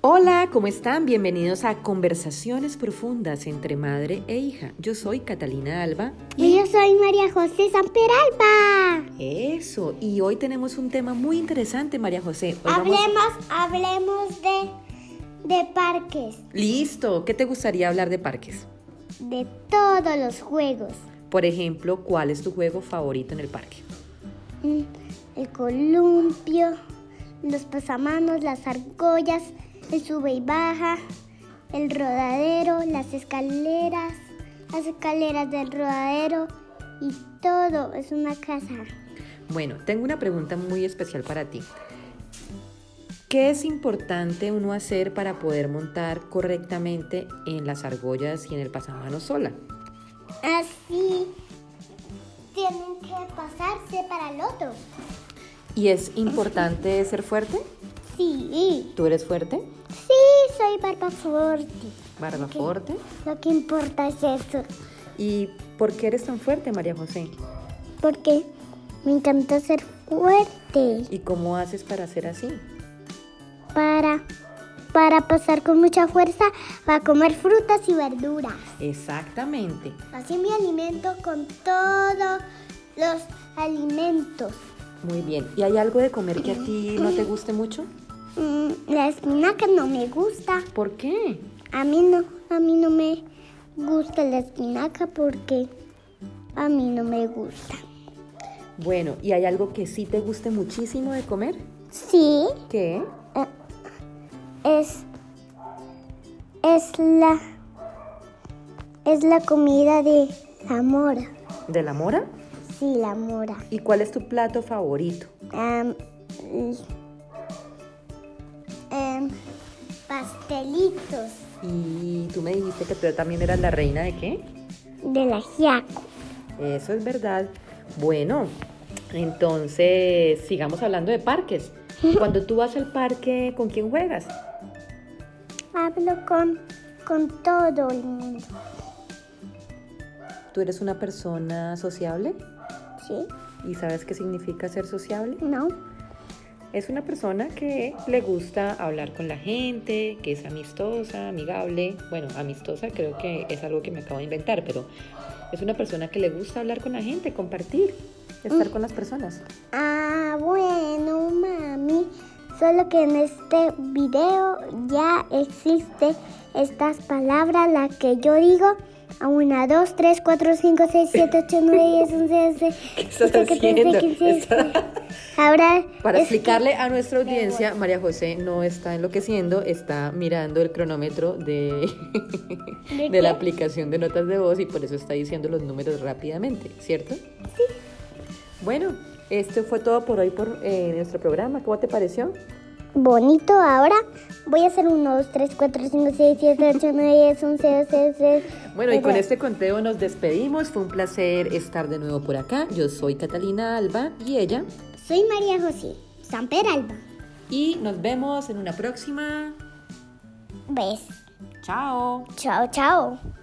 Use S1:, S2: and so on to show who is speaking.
S1: Hola, ¿cómo están? Bienvenidos a Conversaciones Profundas entre Madre e Hija. Yo soy Catalina Alba.
S2: Y yo soy María José San Peralba.
S1: Eso, y hoy tenemos un tema muy interesante, María José. Hoy Pues vamos-
S2: Hablemos, hablemos de, de parques,
S1: Listo, ¿qué te gustaría hablar de parques?
S2: de todos los juegos.
S1: Por ejemplo, ¿cuál es tu juego favorito en el parque?
S2: Mm, El columpio, los pasamanos, las argollas, el sube y baja, el rodadero, las escaleras, las escaleras del rodadero y todo es una casa.
S1: Bueno, tengo una pregunta muy especial para ti. ¿Qué es importante uno hacer para poder montar correctamente en las argollas y en el pasamano sola?
S2: Así tienen que pasarse para el otro.
S1: ¿Y es importante ser fuerte?
S2: Sí.
S1: ¿Tú eres fuerte?
S2: Sí, soy barba fuerte.
S1: Barba fuerte.
S2: Lo que importa es eso.
S1: ¿Y por qué eres tan fuerte, María José?
S2: Porque me encanta ser fuerte.
S1: ¿Y cómo haces para ser así?
S2: Para, para pasar con mucha fuerza, para comer frutas y verduras.
S1: Exactamente.
S2: Así me alimento con todos los alimentos.
S1: Muy bien. ¿Y hay algo de comer que a ti no te guste mucho?
S2: Mm, la espinaca no me gusta.
S1: ¿Por qué?
S2: A mí no, a mí no me gusta la espinaca porque a mí no me gusta.
S1: Bueno, ¿y hay algo que sí te guste muchísimo de comer?
S2: Sí.
S1: ¿Qué?
S2: Eh, es es la es la comida de la mora
S1: ¿De la mora?
S2: sí la mora
S1: ¿Y cuál es tu plato favorito?
S2: Am, y- em, pastelitos
S1: Y tú me dijiste que tú también eras la reina de qué?
S2: de la giaco
S1: Eso es verdad. Bueno, entonces sigamos hablando de parques. Cuando tú vas al parque, ¿con quién juegas?
S2: hablo con con todo el mundo
S1: ¿Tú eres una persona sociable?
S2: sí
S1: ¿Y sabes qué significa ser sociable?
S2: no
S1: Es una persona que le gusta hablar con la gente, que es amistosa, amigable. Bueno, amistosa creo que es algo que me acabo de inventar, pero es una persona que le gusta hablar con la gente, compartir, estar con las personas.
S2: ah bueno mami solo que en este video ya existe estas palabras, la que yo digo. A una, dos, tres, cuatro, cinco, seis, siete, ocho, nueve, diez, once, doce.
S1: ¿Qué estás haciendo? Está-
S2: Ahora.
S1: Para
S2: es-
S1: explicarle a nuestra audiencia, María José no está enloqueciendo, está mirando el cronómetro de,
S2: ¿De
S1: de la
S2: qué?
S1: aplicación de notas de voz y por eso está diciendo los números rápidamente, ¿cierto? Sí. Bueno, esto fue todo por hoy por eh, nuestro programa. ¿Cómo te pareció?
S2: Bonito, ahora voy a hacer uno, dos, tres, cuatro, cinco, seis, siete, ocho, nueve, diez, once, doce, doce.
S1: Bueno, y con este conteo nos despedimos. Fue un placer estar de nuevo por acá. Yo soy Catalina Alba y ella.
S2: Soy María José, San Peralba.
S1: Y nos vemos en una próxima.
S2: ¿Ves?
S1: Chao.
S2: Chao, chao.